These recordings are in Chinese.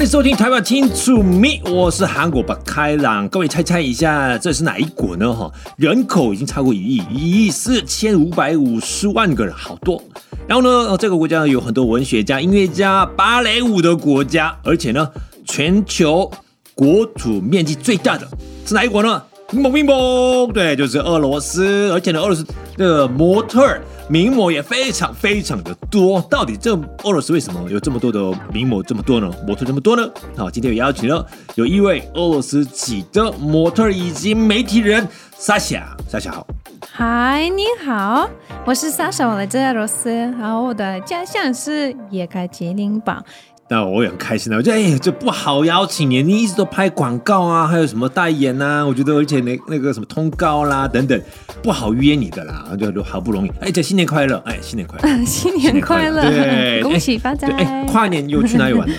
迎收听《台湾清楚咪》，我是韩国把开朗。各位猜猜一下，这是哪一国呢？哈，人口已经超过一亿，一亿四千五百五十万个人，好多。然后呢，呃这个国家有很多文学家、音乐家、芭蕾舞的国家，而且呢，全球国土面积最大的是哪一国呢？冰乓冰乓，对，就是俄罗斯。而且呢，俄罗斯的模特儿名模也非常非常的多。到底这俄罗斯为什么有这么多的名模这么多呢？模特这么多呢？好，今天也邀请了有一位俄罗斯籍的模特儿以及媒体人莎莎，莎莎好。嗨，你好，我是莎莎，我来自俄罗斯，然后我的家乡是叶卡捷琳堡。 那我也很开心的，我觉得哎、这不好邀请耶，你一直都拍广告啊，还有什么代言啊，我觉得而且那那个什么通告啦等等，不好约你的啦，就好不容易，哎，这新年快乐，哎，新年快乐， 新年快乐，对， 恭喜发财对哎，跨年又去哪里玩 呢？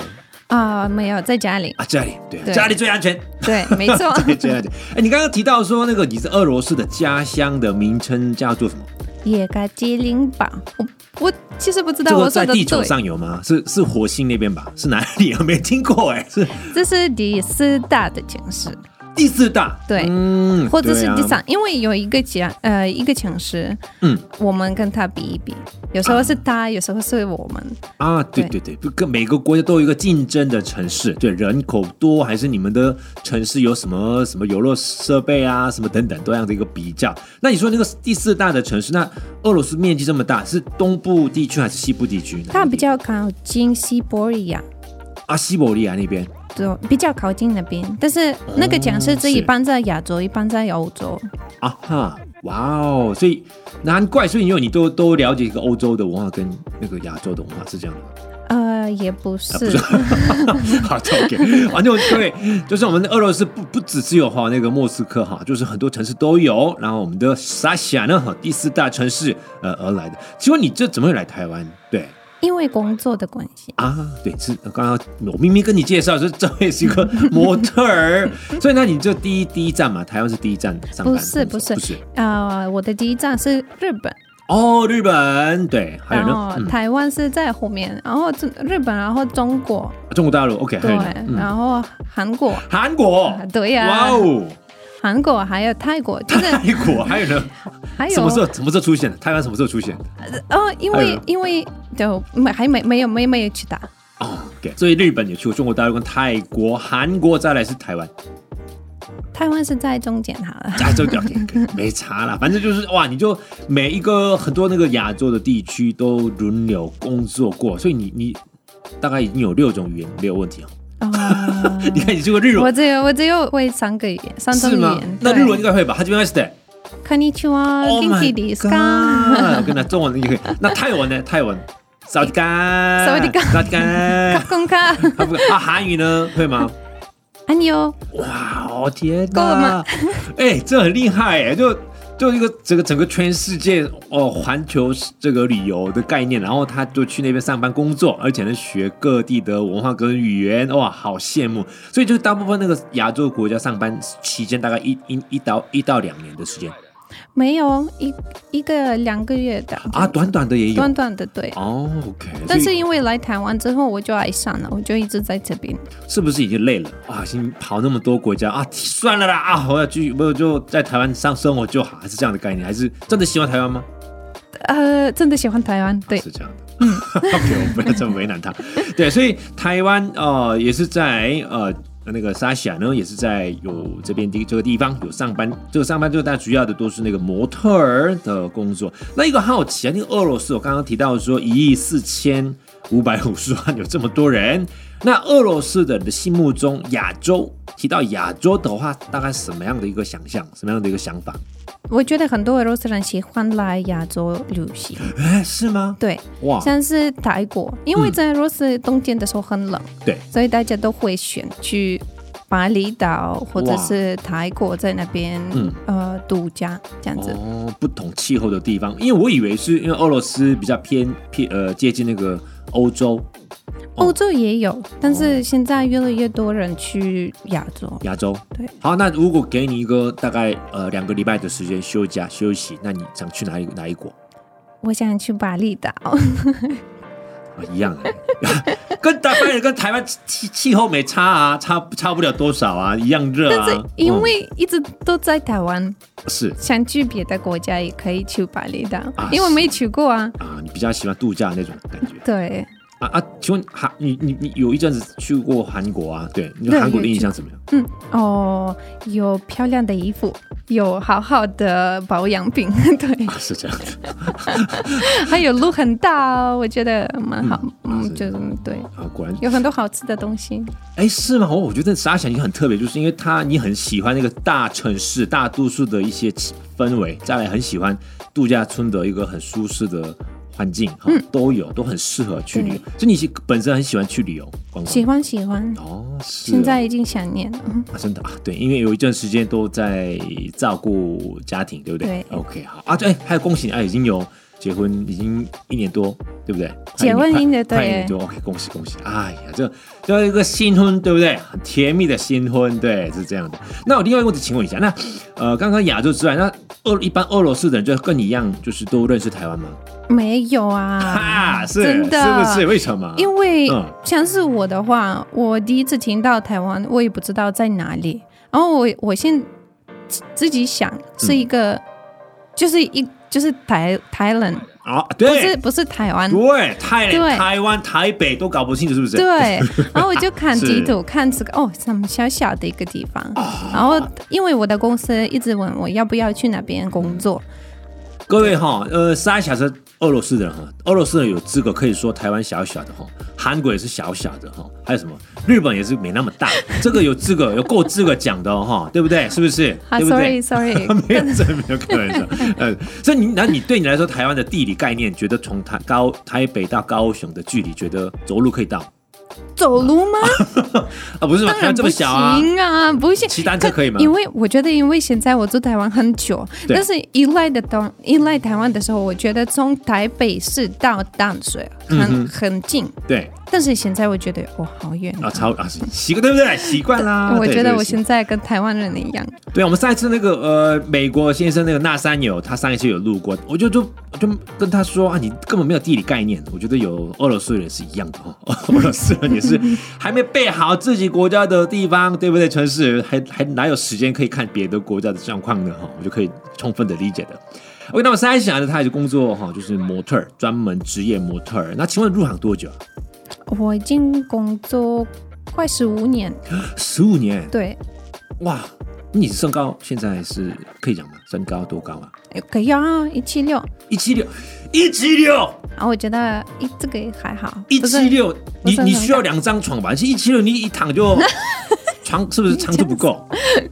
啊、没有在 家里，啊，家里，对，对家里最安 全，对，没 ，错对，最安全。哎，你刚刚提到说那个你是俄罗斯的家乡的名称叫做什么？叶卡捷琳堡。我我其实不知这个道我说在的地球对，上有吗？是是火星那边吧？是哪里 啊？没听过哎，是这是第四大的城市，第四大，对嗯或者是对啊第三，因为有一个家呃一个城市，嗯，我们跟他比一比，有时候是他，有时候是我们。啊，对对对对，不跟每个国家都有一个竞争的城市，对人口多还是你们的城市有什么什么游乐设备啊，什么等等多样的一个比较。那你说那个第四大的城市，那俄罗斯面积这么大，是东部地区还是西部地区呢？它比较靠近西伯利亚，啊，西伯利亚那边就比较靠近那边，但是那个讲是呃这是一半在亚洲，一半在欧洲。啊哈，哇哦，所以难怪，所以因为你都都了解一个欧洲的文化跟那个亚洲的文化是这样的吗。呃，也不啊是，好的，OK，反正对，就是我们的俄罗斯不不只是有哈那个莫斯科哈，就是很多城市都有。然后我们的沙夏呢，哈第四大城市呃而来的。请问你这怎么会来台湾？对因为工作的关 系。啊，对，是刚刚我明明跟你介绍说这位是一个模特儿，所以那你这第一第一站嘛，台湾是第一站上班，不是不是不是呃，我的第一站是日本，哦，日本对，还有然呢嗯后，台湾是在后面，然后这日本，然后中国，中国大陆 OK，还对有呢，，嗯，然后韩国， 韩国啊，对呀哇哦，韩国还有泰国， 就是泰国还有呢。还什有么时候什么时候出现的？台湾什么时候出现的？哦，因还有为呢因为就没还没没有没没有去打，哦、 对，所以日本也去过中国大陆、跟泰国、韩国，再来是台湾，台湾是在中间好了。加州掉，没差啦，反正就是哇，你就每一个很多那个亚洲的地区都轮流工作过，所以你你大概已经有六种语言没有问题哦。 哦你看你去过日我文只有我只有会三个语言，三种是语吗言。？那日文应对呃该会吧？他这边是的。こんにちは、 Oh 元 my 気ですか？ god！跟他中文也可以。那泰文呢？泰文，萨瓦迪卡，萨瓦迪卡萨瓦迪卡。 啊公卡，不啊，韩语呢？会吗？安妞，哇，我天够了哪吗！ 哎、这很厉害哎，就就一个整个整个全世界哦，环球这个旅游的概念，然后他就去那边上班工作，而且能学各地的文化跟语言，哇，好羡慕！所以就大部分那个亚洲国家上班期间，大概一一一到一到两年的时间没有一一个两个月的啊，短短的也有短短的对。哦，OK，但所是以因为来台湾之后，我就爱上了，我就一直在这边。是不是已经累了啊？已经跑那么多国家啊，算了啦啊，我要去，我就在台湾上生活就好，还是这样的概念，还是真的喜欢台湾吗？呃，真的喜欢台湾，对是这样的。OK，我 不要这么为难他。对，所以台湾呃也是在呃那个沙夏呢，也是在有这边地这个地方有上班，这个上班就大家主要的都是那个模特儿的工作。那一个好奇啊，那个俄罗斯我刚刚提到说一亿四千五百五十万有这么多人，那俄罗斯的人的心目中亚洲。提到亚洲的话，大概什么样的一个想象，什么样的一个想法？我觉得很多俄罗斯人喜欢来亚洲旅行，哎，是吗？对，哇，像是泰国，因为在俄罗斯冬天的时候很冷，嗯对，所以大家都会选去巴厘岛或者哇是泰国，在那边、嗯呃度假这样子。哦，不同气候的地方，因为我以为是因为俄罗斯比较偏偏呃接近那个欧洲、哦欧洲也有，但是现在越来越多人去亚洲。亚洲。对，好，那如果给你一个大概呃两个礼拜的时间休假休息，那你想去哪一哪一国？我想去巴厘岛，啊一 样哎，跟台湾跟台湾气气候没差啊，差差不了多少啊，一样热 但啊。是因为一直都在台湾，嗯是想去别的国家也可以去巴厘岛啊，因为没去过啊。啊，你比较喜欢度假那种感觉对，啊啊？请问韩你你你有一阵子去过韩国啊？对，你对对韩国的有印去象怎么样？嗯，哦，有漂亮的衣服，有好好的保养品， 对，啊，是这样子。还有路很大，哦我觉得蛮好，嗯嗯是，就是对，啊，果然有很多好吃的东西。哎，是吗？我我觉得沙想你很特别，就是因为他你很喜欢那个大城市、大都市的一些气氛围，再来很喜欢度假村的一个很舒适的环境，哈、嗯都有，都很适合去旅游。就你本身很喜欢去旅游观光喜欢喜欢，哦，是哦现在已经想念了。嗯啊，真的啊，对，因为有一段时间都在照顾家庭，对不对对 o k 好啊，对，哎还有恭喜你啊，已经有结婚，已经一年多，对不对？结婚一年快快对一年多，OK，恭喜恭喜！哎呀，这这一个新婚，对不对？很甜蜜的新婚，对，是这样的。那我另外一个问题，请问一下，那呃，刚刚亚洲之外，那俄一般俄罗斯的人就跟你一样，就是都认识台湾吗？没有 啊，哈，是真的，是不是？为什么？因为嗯像是我的话，我第一次听到台湾，我也不知道在哪里。然后我我现自自己想是一嗯个，就是一就是台台人，啊，不是对不是台湾。对，台对台湾、台北都搞不清楚，是不是？ 对，然后我就看是啊地图，看这个哦，什么小小的一个地方。然后因为我的公司一直问我要不要去那边工作，各位哈，呃，沙小是俄罗斯人哈，俄罗斯人有资格可以说台湾小小的哈，韩国也是小小的哈，还有什么日本也是没那么 大，这个有资格有够资格讲的哦哈，对不对？是不是？啊对不对，sorry？sorry， 没有，真的没有开玩 笑。呃，所以你那你对你来说，台湾的地理概念，觉得从台高台北到高雄的距离，觉得走路可以到走路吗？啊？不是嘛？当台然湾这不么小啊？行啊，不行。骑单车可以吗因为我觉得，因为现在我住台湾很久，对但是依赖的东依赖台湾的时候，我觉得从台北市到淡水嗯很、很近，对但是现在我觉得哦好远。啊，超啊习惯对不对？习惯啦。我对觉这得个我习惯现在跟台湾人一样，对，我们上一次那个呃，美国先生那个纳三友，他上一次有路过，我就就我就跟他说啊，你根本没有地理概念。我觉得有俄罗斯人是一样的哦， 俄罗斯人也是还没背好自己国家的地方，对不对？城市还还哪有时间可以看别的国家的状况呢？哈、哦我就可以充分的理解的。OK，那么三峡呢，他也是工作哈、就是模特儿，专门职业模特儿。那请问入行多久啊？我已经工作快十五年， 十五年，对，哇！你身高现在是可以讲吗？身高多高啊？可以啊，一七六，一七六，一七六。啊，我觉得一这个也还好，一不是七六，你不是很你需要两张床吧？一七六，你一躺 就床是不是长度不够？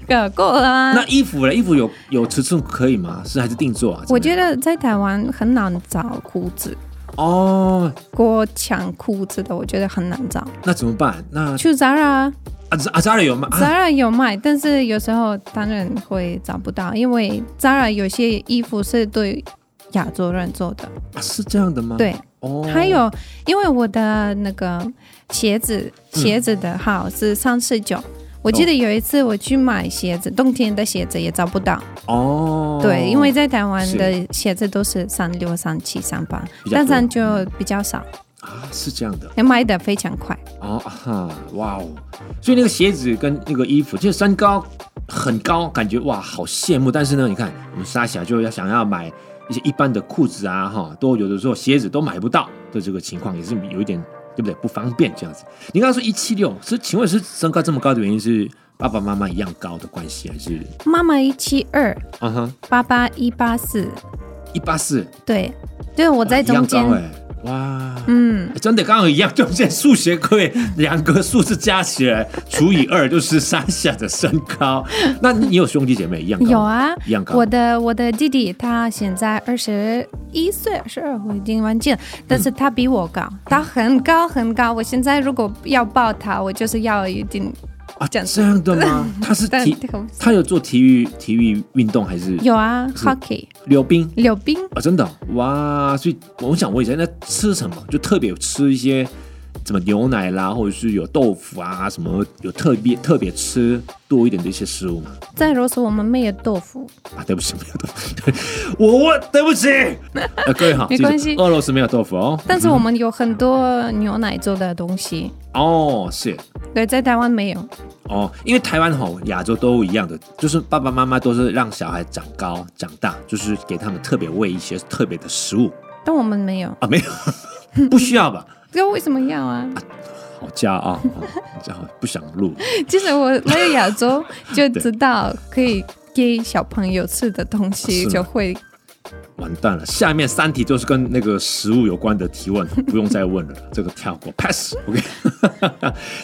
呃够了啊。那衣服呢？衣服有有尺寸可以吗？是还是定做啊？我觉得在台湾很难找裤子，得哦，过抢裤子的，我觉得很难找。那怎么办？那去 Zara，Zara 啊啊，Zara 有吗？嗯啊，有卖，但是有时候当然会找不到，因为 Zara 有些衣服是对亚洲人做的。啊是这样的吗？，对，哦，还有因为我的那个鞋子，鞋子的号是三四九。我记得有一次我去买鞋子，冬天的鞋子也找不到。哦，对，因为在台湾的鞋子都是三六、三七、三八比，较多但三就比较少，啊是这样的卖的非常快。哦啊哈，哇哦，所以那个鞋子跟那个衣服，就是身高很高，感觉哇好羡慕。但是呢，你看我们沙小就要想要买一些一般的裤子啊，哈，都有的时候鞋子都买不到的这个情况，也是有一点对不对？不方便这样子。你刚刚说一七六，是请问是身高这么高的原因是爸爸妈妈一样高的关系，还是妈妈一七二，啊哈八八一八四，一八四对，就是我在中间一，样高哎、哇，嗯，真的刚好一样，中间数学课两个数字加起来除以二就是三下的身 高。那你有兄弟姐妹一样高吗？有啊一样，高我的我的弟弟他现在二十一岁，二十二，我已经忘记了，嗯但是他比我高，他很高很高，我现在如果要抱他，我就是要有一定啊，这样这样的 吗？他是但体，他有做体育体育运动还是有啊，hockey 溜冰溜冰，啊？真的哇！所以我想问一下，那吃什么？就特别有吃一些什么牛奶啦，或者是有豆腐啊，什么有特别特别吃多一点的一些食物吗？在罗斯我们没有豆腐，啊，对不 起，没有豆腐，我我对不起， 呃，各位好，没记住关系俄罗斯没有豆腐哦。但是我们有很多牛奶做的东西。哦，是对，在台湾没有。哦，因为台湾吼亚洲都一样的，就是爸爸妈妈都是让小孩长高长大，就是给他们特别喂一些特别的食物但我们没有，啊，没有，不需要吧？这为什么要啊？好骄傲，好骄傲，不想录。其实我来了亚洲就知道可以给小朋友吃的东西啊是吗就会，完蛋了，下面三题都是跟那个食物有关的提问， 不用再问了，这个跳过 pass。OK，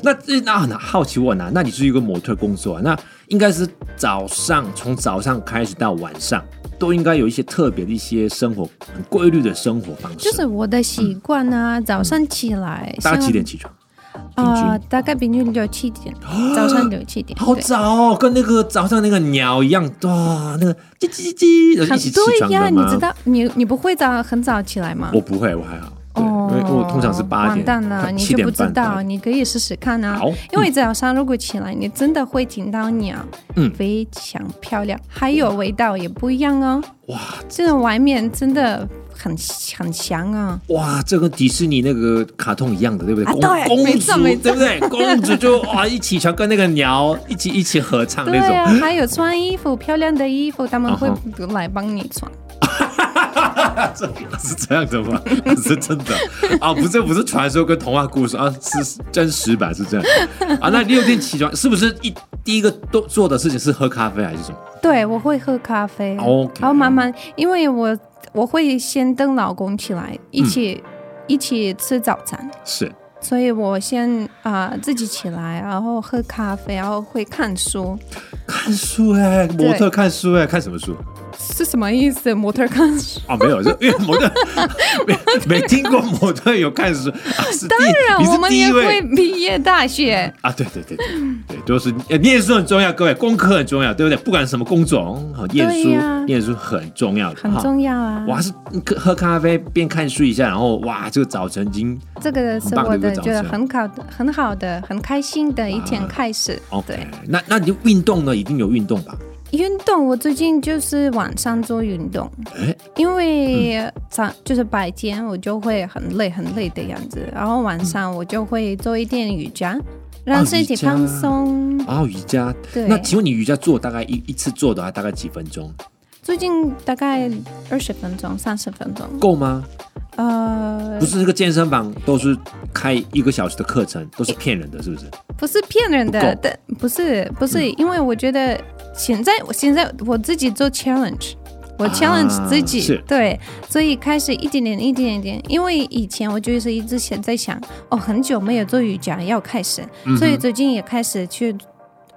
那这那很好奇问啊，那你是一个模特工作、啊，那应该是早上从早上开始到晚上，都应该有一些特别的一些生活很规律的生活方式。就是我的习惯啊。早上起来，嗯大概像几点起床？平均、啊、大概平均六七点，早上六七点，好对早哦，跟那个早上那个鸟一样，哇，那个叽叽叽，然后一起起对床呀，的你吗？知道，你你不会早很早起来吗？我不会，我还好。对，哦因为我通常是八点，完蛋了，你七就点不知半到道，你可以试试看啊好。因为早上如果起来，你真的会听到鸟，嗯非常漂亮，还有味道也不一样哦。哇，这种外面真的很很香啊。哇，这跟迪士尼那个卡通一样的，对不对？啊公对公没主错没错对不对？公主就哇一起床跟那个鸟一起一起合唱对那种。啊，还有穿衣服漂亮的衣服，他们会啊来帮你穿。这啊 是这样的吗？是真的啊？不是不是传说跟童话故事啊，是真实版是这样啊？那六点起床是不是一第一个都做的事情是喝咖啡还是什么？对，我会喝咖啡 OK 然后慢慢，因为我我会先等老公起来，一起、嗯一起吃早餐，是所以我先啊、自己起来，然后喝咖啡，然后会看书，看书哎、模特看书哎、看什么书是什么意思？模特儿看书？啊？没有，是因为模特没没听过模特有看书啊？是当 当你然，我是们第一也位会毕业大学。啊，对对对对对，就是呃念书很重要，各位功课很重要，对不对？不管什么工种，好念对呀书念书很重要的，很哈重要啊！哇，是喝喝咖啡边看书一下，然后哇，这个早晨已经这个很是棒的我一个的早觉得晨很好的、很好的、很开心的一天开始。对 OK。，那那你运动呢？一定有运动吧？运动，我最近就是晚上做运动，哎，因为早、就是白天我就会很累很累的样子，然后晚上我就会做一点瑜伽，让身啊体瑜伽放松。哦，瑜伽。对那请问你瑜伽做大概一一次做的话，大概几分钟最近大概二十分钟、三十分钟，够吗？呃不，是这个健身房都是开一个小时的课程，都是骗人的，是不是？不是骗人不的够，嗯但不是不是，因为我觉得现在我现在我自己做 challenge。我啊 challenge 自己、是对，所以开始一点点，一点点，因为以前我就是一直想在想，哦，很久没有做瑜伽，要开始，嗯所以最近也开始去，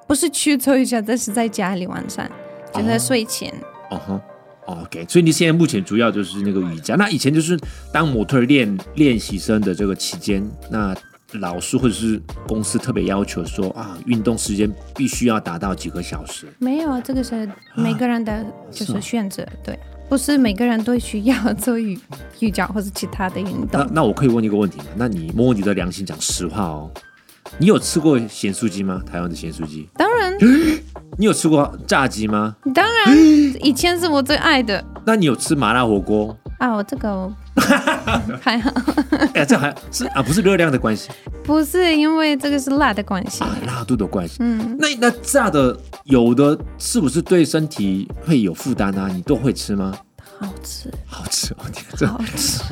不是去做瑜伽，但是在家里晚上，就在睡前，哦哼。OK，所以你现在目前主要就是那个瑜伽。那以前就是当模特儿练练习生的这个期间，那老师或者是公司特别要求说啊，运动时间必须要达到几个小时。没有，啊，这个是每个人的就是吗是选择，对，不是每个人都需要做瑜 瑜伽或者其他的运动那。那我可以问你一个问题吗？那你摸你的良心讲实话哦，你有吃过咸酥鸡吗？台湾的咸酥鸡，当然，你有吃过炸鸡吗？当然，以前是我最爱的那你有吃麻辣火锅？啊！我这个 我还好，哎、这还是啊，不是热量的关系不是因为这个是辣的关系。啊，辣度的关系。嗯，那那炸的有的是不是对身体会有负担啊？你都会吃吗？好吃，好吃，我天，这好好吃。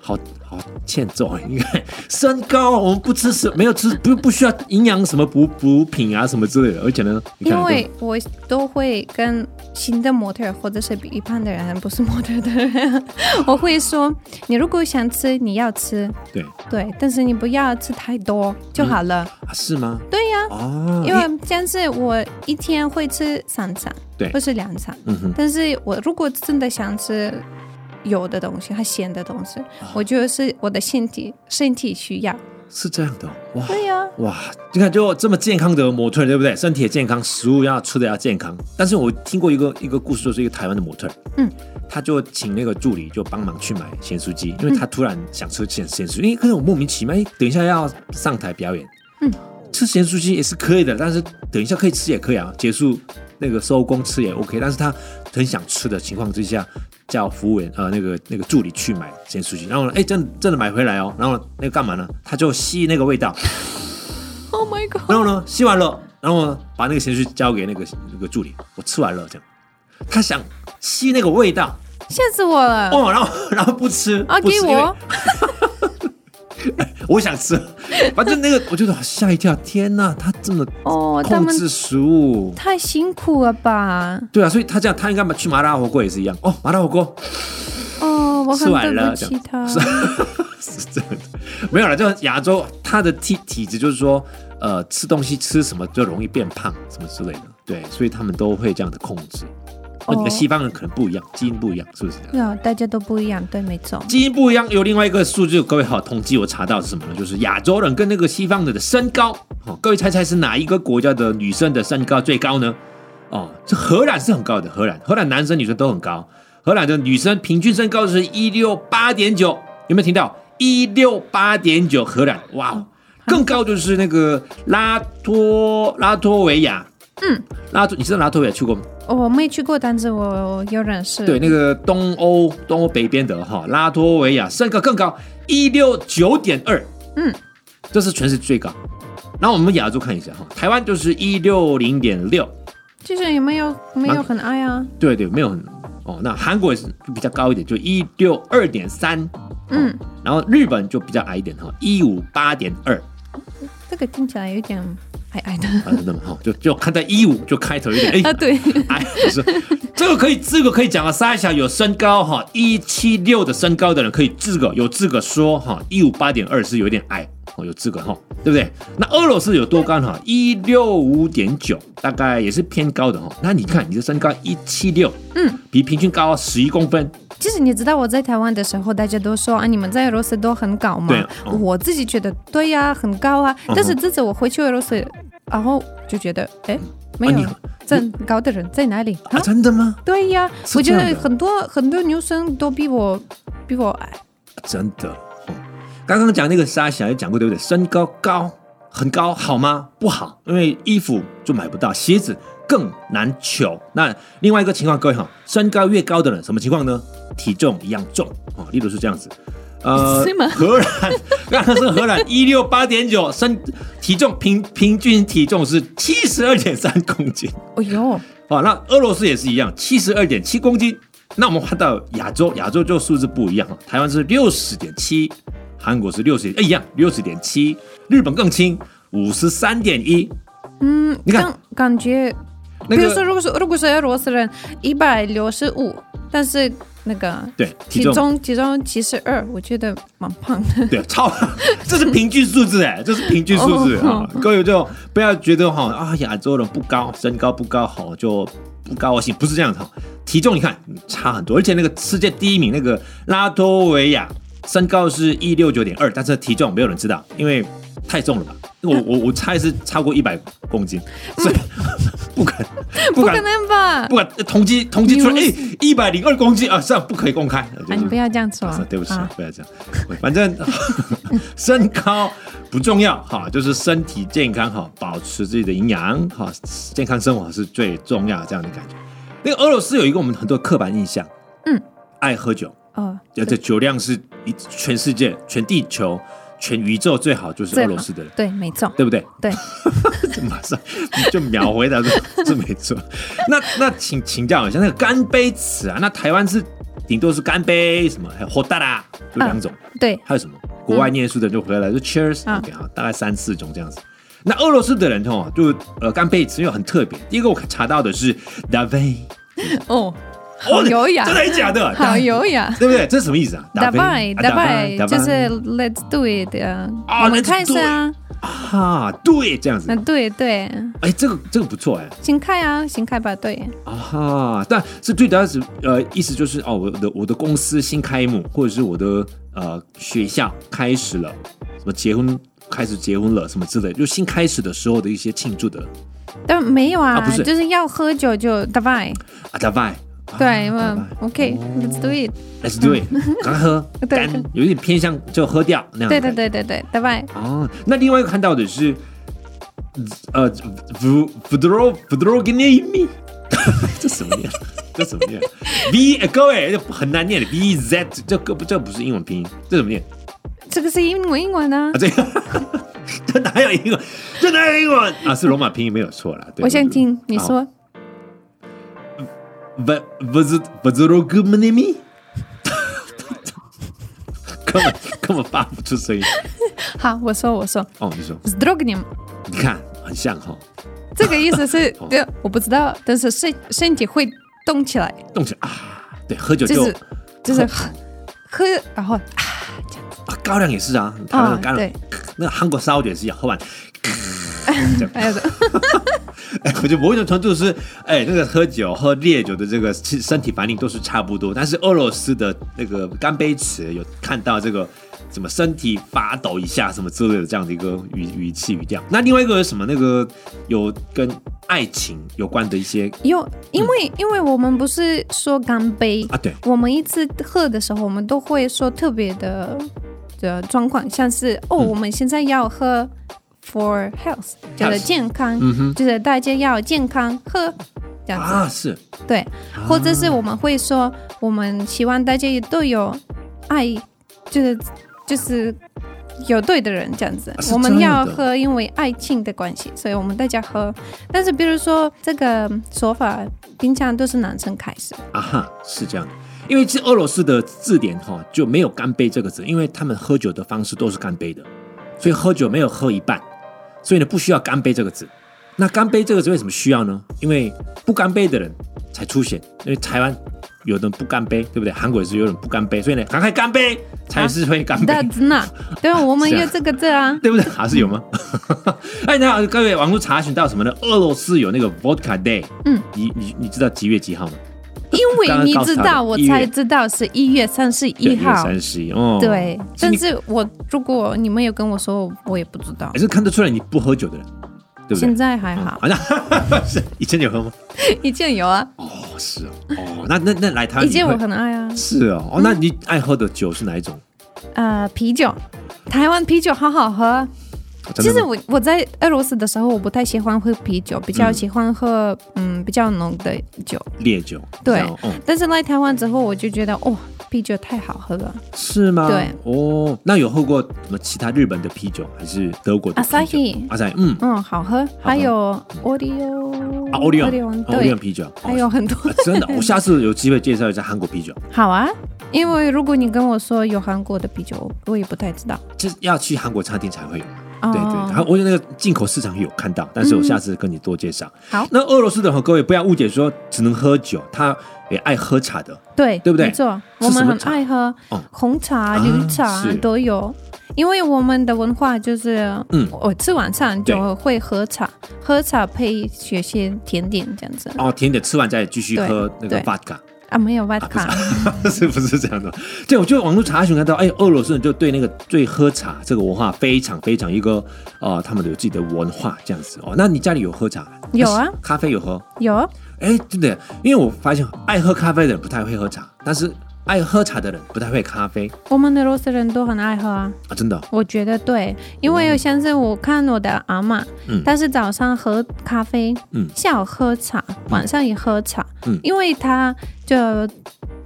好好欠揍啊！你看身高，我们不吃什没有吃不不需要营养什么补补品啊什么之类的，而且呢，你看因为我都会跟新的模特儿或者是一般的人，不是模特儿的人， 我会说，你如果想吃，你要吃，对啊对对，但是你不要吃太多就好了。啊是吗？对呀、哦，因为这样子我一天会吃三餐，对不是两餐。嗯哼但是我如果真的想吃啊油的东西，它咸的东西，我觉得是我的身体身体需要，是这样的哦，哇对呀、哇！你看，就这么健康的模特儿，对不对？身体也健康，食物要吃的要健康。但是我听过一个一个故事，就是一个台湾的模特儿，嗯，他就请那个助理就帮忙去买咸酥鸡，嗯因为他突然想吃咸咸酥鸡，因为可能我莫名其妙，哎，等一下要上台表演，嗯，吃咸酥鸡也是可以的，但是等一下可以吃也可以啊，结束那个收工吃也 OK，但是他很想吃的情况之下。叫服务员呃那个那个助理去买咸酥鸡，然后呢，哎真的真的买回来哦，然后那个干嘛呢？他就吸那个味道， o h Oh my god！然后呢，吸完了，然后呢，把那个情绪交给那个那个助理，我吃完了这样。他想吸那个味道，吓死我了！哦，然后 然后不吃啊，不给吃我，因为我想吃，反正那个我就吓一跳，天哪，他这么 哦，他控们制食物。太辛苦了吧？对啊，所以他这样，他应该嘛去麻辣火锅也是一样哦。麻辣火锅哦，我吃很完对了不起他。啊是这样的，没有了。就亚洲，他的体体质就是说，呃，吃东西吃什么就容易变胖，什么之类的。对，所以他们都会这样的控制。哦，你哦们西方人可能不一样，基因不一样，是不是？ 对啊，大家都不一样，对，没错。基因不一样，有另外一个数据，各位好，统计我查到是什么呢？就是亚洲人跟那个西方人的身高，哦，各位猜猜是哪一个国家的女生的身高最高呢？哦，这荷兰是很高的，荷兰，荷兰男生女生都很高，荷兰的女生平均身高是一六八点九，有没有听到？一六八点九，荷兰，哇哦，更高就是那个拉脱拉脱维亚，嗯，拉脱，你知道拉脱维亚去过吗？哦我没去过，但是我有认识。对，，那个东欧东欧北边的哈，拉脱维亚身高更高，一六九点二，嗯，这是全世界最高。然后我们亚洲看一下哈，台湾就是一六零点六，就是有没有没有很爱啊？对对，没有很哦。那韩国也是比较高一点，就一六二点三，哦嗯，然后日本就比较矮一点哈，一五八点二，这个听起来有点矮矮的反正那么哈，就就看在一五就开头有点 啊，哎，对，哎，是这个可以，这个可以讲啊。沙小有身高哈，一七六的身高的人可以资格有资格说哈，一五八点二是有点矮哦，有资格哈，对不对？那俄罗斯有多高呢哈？一六五点九，大概也是偏高的哈。那你看你的身高一七六，嗯，比平均高十一公分，其实你知道我在台湾的时候，大家都说啊，你们在俄罗斯都很高嘛对啊。嗯我自己觉得对呀、很高啊。哼但是这次我回去俄罗斯，然后就觉得，哎，没啊你有更高的人在哪里啊，啊？真的吗？对呀、是我觉这样得的很多很多女生都比我比我矮。真的。哦刚刚讲那个沙小也讲过，对不对？身高高很高好吗？不好，因为衣服就买不到，鞋子更难求。那另外一个情况，各位哈，身高越高的人，什么情况呢？体重一样重哦，例如是这样子。呃是吗，荷兰， 刚刚是荷兰一六八点九身体重平平均体重是七十二点三公斤，哎呦，好，那俄罗斯也是一样，七十二点七公斤。那我们换到亚洲，亚洲就数字不一样了。台湾是六十点七，韩国是六十，哎一样六十点七，日本更轻，五十三点一。嗯，你看感感觉，那比如说，个如果是如果是俄罗斯人一百六十五，但是那个对体体重重体重七十二，我觉得蛮胖的。对超， 这是平均数字哎，这是平均数字啊哦。各位就不要觉得哈啊亚洲人不高，身高不高好就不高兴，不是这样的哈。体重你看差很多，而且那个世界第一名那个拉脱维亚身高是一六九点二，但是体重没有人知道，因为太重了吧？我我我猜是超过一百公斤，所以不敢不不可敢能吧不？敢统计统计出来，你哎，一百零二公斤啊，这样不可以公开。就是啊，你不要这样说啊，对不起啊，不要这样。反正 身高不重要哈，就是身体健康哈，保持自己的营养哈，健康生活是最重要的这样的感觉。那个俄罗斯有一个我们很多刻板印象，嗯，爱喝酒，哦，这这酒量是一全世界、全地球、全宇宙最好就是最俄好罗斯的人，对，没错，对不对？ 对，马上就秒回答说这没错。 那那请请教一下，那个干杯词啊，那台湾是顶多是干杯什么，还有喝大啦，就两种。 对，还有什么？国外念书的人就回来就 cheers，OK 嗯啊、大概三四种这样子。那俄罗斯的人哦，就呃干杯词又很特别。第一个我查到的是 d a v e 哦，哦好，优雅真，的还假的？好优雅。对不对？这是什么意思啊打败，啊打败， Davai，就是 Davai Let's do it，呃啊我们 let's 开始啊，啊，对，这样子那。对对，哎，这个这个不错哎，行开啊，行开吧，对，啊哈，但是最主要是呃，意思就是哦，我的我的公司新开幕，或者是我的呃学校开始了，什么结婚开始结婚了什么之类，就新开始的时候的一些庆祝的但没有啊，啊不是就是要喝酒就 davai，啊，大拜，啊哦对，大嗯拜，OK，let's do it， Let's do it，赶快喝，对干，有一点偏向就喝掉那样。对对。对对对，davai，哦，那另外一个看到的是，呃，v v d r o v d r o g n i m 这什么念？这什么念？v 呃各位这很难念的，v z 这个不这不是英文拼音，这怎么念？这个是英文英文啊啊，，这个这哪有英文？这哪有英文啊？是罗马拼音没有错啦。对我想听你。好说 v v z v d r o g n i m 根本根本发不出声音。好，我说我说哦，你说， s d r o g n i m 你看很像哈、这个意思是 哦，对，我不知道，但是身身体会动起来，动起来啊，对，喝酒就、就是就是喝喝喝，然后啊高粱也是啊，台湾的高粱，对那韩国烧酒也是一样，喝完，哎 呀，哎， 我觉得某一种程度是，哎，那个喝酒喝烈酒的这个其实身体反应都是差不多，但是俄罗斯的那个干杯词有看到这个。什么身体发抖一下，什么之类的这样的一个语语气语调。那另外一个是什么？那个有跟爱情有关的一些有，因为因为我们不是说干杯啊，对，我们一次喝的时候，我们都会说特别的的状况，像是哦，嗯我们现在要喝 for health，就是健康，嗯就是大家要健康喝这样子，啊是对，啊或者是我们会说，我们希望大家都有爱，就是就是。有对的人这样子啊，是我们这样要的喝，因为爱情的关系，所以我们大家喝。但是比如说这个说法，平常都是男生开始， 啊哈，是这样。因为其实俄罗斯的字典哈就没有干杯这个字，因为他们喝酒的方式都是干杯的，所以喝酒没有喝一半，所以呢不需要干杯这个字。那干杯这个字为什么需要呢？因为不干杯的人才出现，因为台湾有人不干杯，对不对？韩国也是有人不干杯，所以呢赶快干杯才是会干杯。那真的，对啊，我们有这个字啊， 对不对？还是有吗？ 哎，那各位网络查询到什么呢？俄罗斯有那个 Vodka Day，嗯，你你你知道几月几号吗？因为你刚刚知告诉他道，的我一月才知道是一月三十对一号，三十一哦，对。所以但你是我如果你们有跟我说，我也不知道还。是看得出来你不喝酒的人，哎对不对？现在还好，好像 是以前有喝吗？ 以前有啊，哦，是哦，哦，那那那来台湾以你前会我很爱啊，是哦，哦，那你爱喝的酒是哪一种？呃，啤酒，台湾啤酒好好喝。哦真其的实吗我我在俄罗斯的时候，我不太喜欢喝啤酒，比较嗯喜欢喝嗯比较浓的酒。烈酒，对哦，嗯但是来台湾之后，我就觉得哦，啤酒太好喝了。是吗？对，哦，那有喝过什么其他日本的啤酒，还是德国的啤酒 Asahi 阿塞，嗯，嗯，好喝，还有 Oreo，啊，欧利昂，欧利对昂，啤酒，哦还有很 多啊真 的，我下次有机会介绍一下韩国啤酒。好啊。因为如果你跟我说有韩国的啤酒，我也不太知道。就是要去韩国餐厅才会有。哦对对，然后我有那个进口市场有看到，但是我下次跟你多介绍。嗯好那俄罗斯的话，各位不要误解说只能喝酒，他也爱喝茶的。对，对不对没错，是我们什么很茶爱喝哦红啊茶、绿茶是都有，因为我们的文化就是，嗯我吃晚餐对就会喝茶，喝茶配有些甜点这样子哦，甜点吃完再继续对喝那个嗯对 vodka， 啊，没有 vodka，、是不是这样的？对，我就网络查询看到，哎，俄罗斯人就对那个对喝茶这个文化非常非常一个呃，他们有自己的文化这样子哦。那你家里有喝茶？有啊，咖啡有喝。有啊哎，对的，因为我发现爱喝咖啡的人不太会喝茶，但是爱喝茶的人不太会咖啡我们的俄罗斯人都很爱喝啊。啊，真的哦。我觉得对，因为像是我看我的阿妈，嗯她是早上喝咖啡，嗯下午喝茶，晚上也喝茶，嗯因为她就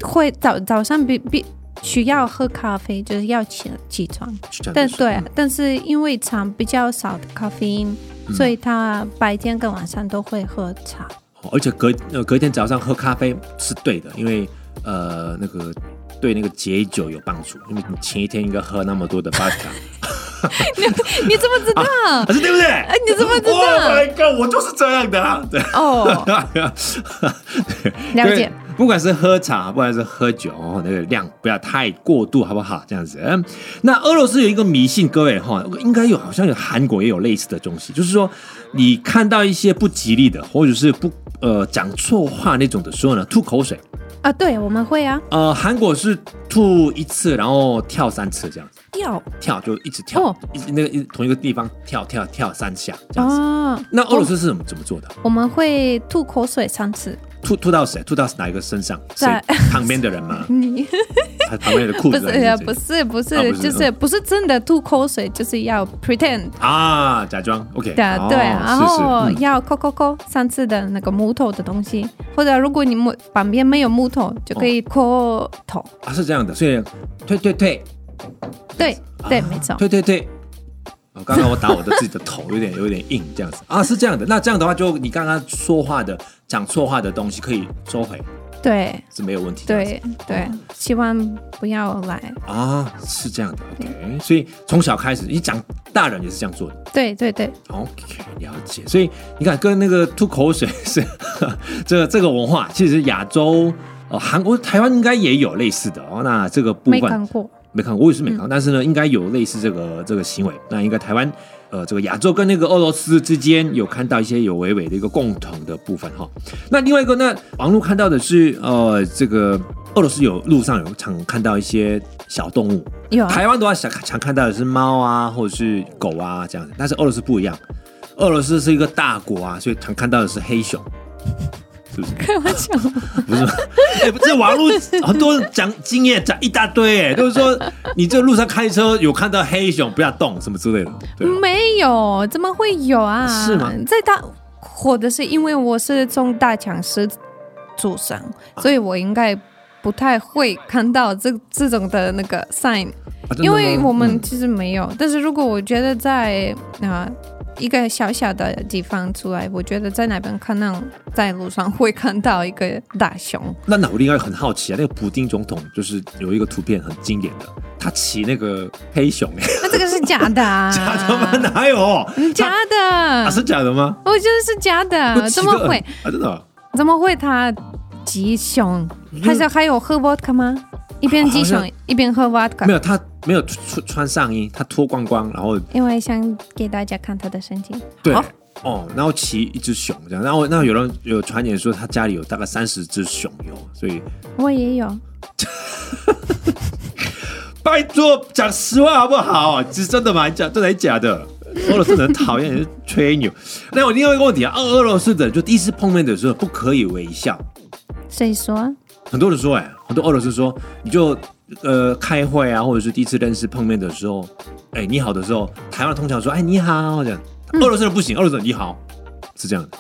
会早早上必必需要喝咖啡，就是要起起床。是这样但子对啊嗯，但是因为茶比较少的咖啡因，嗯所以她白天跟晚上都会喝 茶。而且隔呃隔天早上喝咖啡是对的，因为呃那个对那个解酒有帮助，因为你前一天应该喝那么多的 vodka，你怎么知道？啊是对不对？哎你怎么知道 Oh my god，我就是这样的、啊，对。哦，对了解。不管是喝茶，不管是喝酒，哦那个量不要太过度，好不好？这样子。嗯，那俄罗斯有一个迷信，各位哈，应该有，好像有韩国也有类似的东西，就是说你看到一些不吉利的，或者是不呃讲错话那种的时候呢，吐口水。啊，对，我们会啊，呃，韩国是吐一次，然后跳三次这样子。掉跳就一直跳，哦一直那个一同一个地方跳跳跳三下这样子。哦，那俄罗斯是怎么怎么做的？我们会吐口水三次，吐吐到谁？吐到哪一个身上？谁在？旁边的人 吗？你还旁边的裤不子是哎还谁？不是不啊是不，是就是不是真的吐口水，就是要 pretend 啊，假装 OK 的，哦对，啊然后是是嗯要抠抠抠上次的那个木头的东西，或者如果你木旁边没有木头，就可以抠头，啊是这样的，所以退退退对对，没错，退退退。哦，刚刚我打我的自己的头，有点有点硬这样子啊，是这样的。那这样的话，就你刚刚说话的讲错话的东西可以收回，对是没有问题的。对对，嗯希望不要来，啊，是这样的，OK。所以从小开始，你讲大人也是这样做的对对对， ，OK，了解。所以你看，跟那个吐口水是 这个这个文化，其实亚洲呃韩国、台湾应该也有类似的哦。那这个部没分看过，嗯没看过，我也是没看过，但是呢，应该有类似这个这个行为。那应该台湾，呃，这个亚洲跟那个俄罗斯之间有看到一些有微微的一个共同的部分哈。那另外一个呢，网络看到的是，呃，这个俄罗斯有路上有常看到一些小动物，有啊台湾的话想常看到的是猫啊，或者是狗啊这样子，但是俄罗斯不一样，俄罗斯是一个大国啊，所以常看到的是黑 熊。是不是？开玩笑，不是吗，哎、不是网络很多人讲经验讲一大堆、哎，就是说你这路上开车有看到黑熊不要动什么之类的，对，啊没有，怎么会有啊？是吗在大火的是因为我是从大强师祖上，啊所以我应该不太会看到这这种的那个 sign，啊真的吗因为我们嗯其实没有。但是如果我觉得在啊、一个小小的地方出来，我觉得在那边看那种在路上会看到一个大 熊，那那我另外很好奇啊，那个普丁总统就是有一个图片很经典的，他骑那个黑熊、哎，那这个是假的、啊，嗯假的吗？哪有？假啊，的，是假的吗？我觉得是假不的，骑怎个么会？啊？真的啊怎么会他吉熊？还是还有喝 vodka 吗？一边吉好熊一边喝没 vodka，有，他没有穿穿上衣，他脱光光，然后因为想给大家看他的身体。对好，哦，然后骑一只熊这样，然后那有人有传言说他家里有大概三十只熊有，所以我也有，拜托讲实话好不好？是真的吗？你讲这才假的。俄罗斯人很讨厌人吹牛。那我另外一个问题啊，俄俄罗斯的人就第一次碰面的时候不可以微笑，谁说？很多人说哎、很多俄罗斯说你就呃开会啊，或者是第一次认识碰面的时候，哎、你好的时候，台湾通常说哎你好这样，嗯俄罗斯人不行，俄罗斯人你好是这样的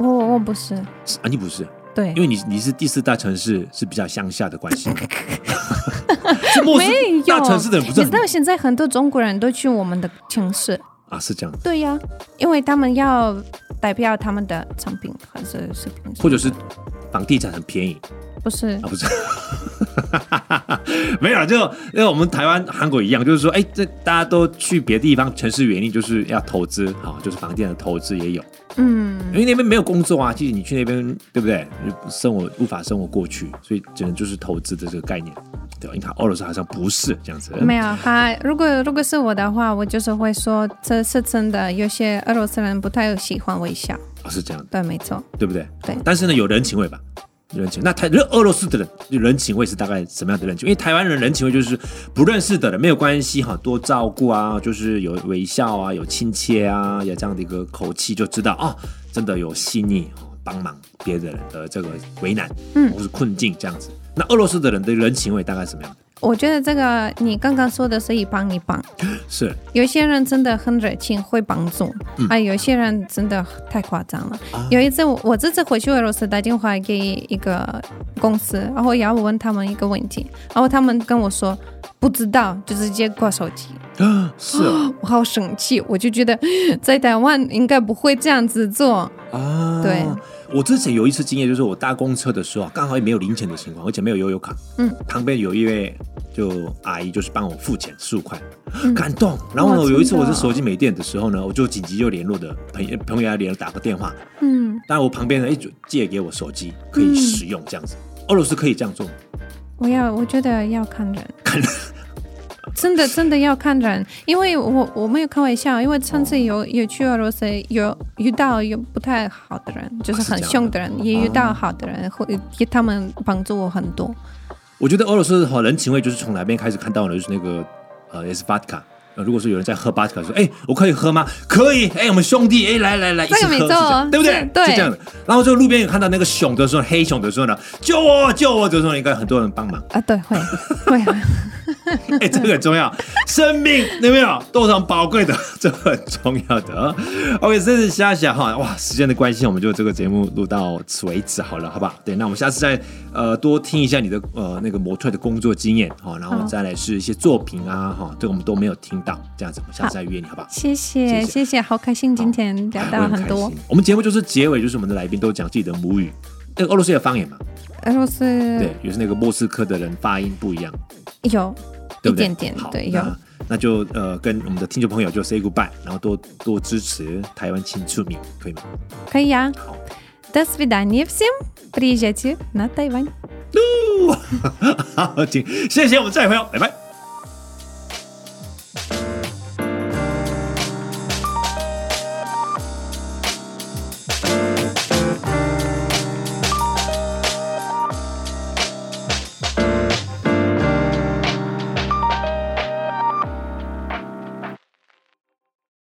我我不是，是啊，你不是。对因，为你你是第四大城市，是比较乡下的关系。 是莫斯没有。大城市的人不是你知很道现在很多中国人都去我们的城市，啊，是这样，对呀、因为他们要代表他们的产品还是视频，或者是房地产很便宜不是啊，不是？ 没有啊啦，就因为我们台湾、韩国一样，就是说，哎、这大家都去别地方，城市原因就是要投资，好，就是房地产的投资也有，嗯，因为那边没有工作啊，其实你去那边，对不对？生活无法生活过去，所以只能就是投资的这个概念，对吧？你看俄罗斯好像不是这样子，没有哈。如果如果是我的话，我就是会说这是真的。有些俄罗斯人不太喜欢微笑，啊，是这样的。对，没错。对不对？对但是呢，有人情味吧？有人情。那台俄罗斯的人人情味是大概什么样的人情？因为台湾人人情味就是不认识的人没有关系哈，多照顾啊，就是有微笑啊，有亲切啊，有这样的一个口气就知道哦，真的有细腻哦，帮忙别人的这个为难，嗯，或是困境这样子。那俄罗斯的人的人情味大概什么样的？我觉得这个你刚刚说的是一帮一帮，是 有些人真的很热情，会帮助，啊，有些人真的太夸张了。有一次我我这次回去俄罗斯打电话给一个公司，然后要问他们一个问题，然后他们跟我说不知道，就直接挂手机，啊，是哦我好生气，我就觉得在台湾应该不会这样子做，啊，对。我之前有一次经验，就是我搭公车的时候啊，刚好也没有零钱的情况，而且没有悠游卡。嗯，旁边有一位就阿姨，就是帮我付钱十五块，嗯感动。然后呢，哇有一次真我的是手机没电的时候呢，我就紧急就联络的朋友朋友来联络打个电话，嗯，但我旁边人哎就借给我手机可以使用这样子。俄罗斯可以这样做吗？我要，我觉得要看人， 真的真的要看人，因为我我没有开玩笑，因为上次有有去俄罗斯，有遇到有不太好的人，就是是这样很的嗯凶的人，也遇到好的人，会给他们帮助我很多。我觉得俄罗斯好人情味就是从哪边开始看到呢？就是那个呃，也是 vodka。呃，如果说有人在喝 vodka，说，哎，我可以喝吗？可以，哎，我们兄弟，哎，来来来，一这个起喝，没是这样错哦对不对是？对是这样的。然后就路边有看到那个熊的时候，黑熊的时候呢，救我，救我的时候，应该很多人帮忙。啊，对， 会会会，哎、这个很重要，生命有没有都是很宝贵的，这个很重要的。OK，这是夏夏哈，哇，时间的关系，我们就这个节目录到此为止好了，好不好？对，那我们下次再呃多听一下你的呃那个模特的工作经验哈，然后好再来是一些作品啊哈，这个我们都没有听到，这样子，我们下次再约你好不好？谢谢谢谢谢谢，好开心今天聊到我很开多心。我们节目就是结尾，就是我们的来宾都讲自己的母语，那个俄罗斯的方言嘛，俄罗斯对，有时那个莫斯科的人发音不一样，有对不对？一点点好，，嗯对，有那那就呃跟我们的听众朋友就 say goodbye，然后多多支持台湾新出名，可以吗？ 可以啊好。 До свидания всем, приезжайте на Тайвань. 好，请谢谢我们再会哦，拜拜。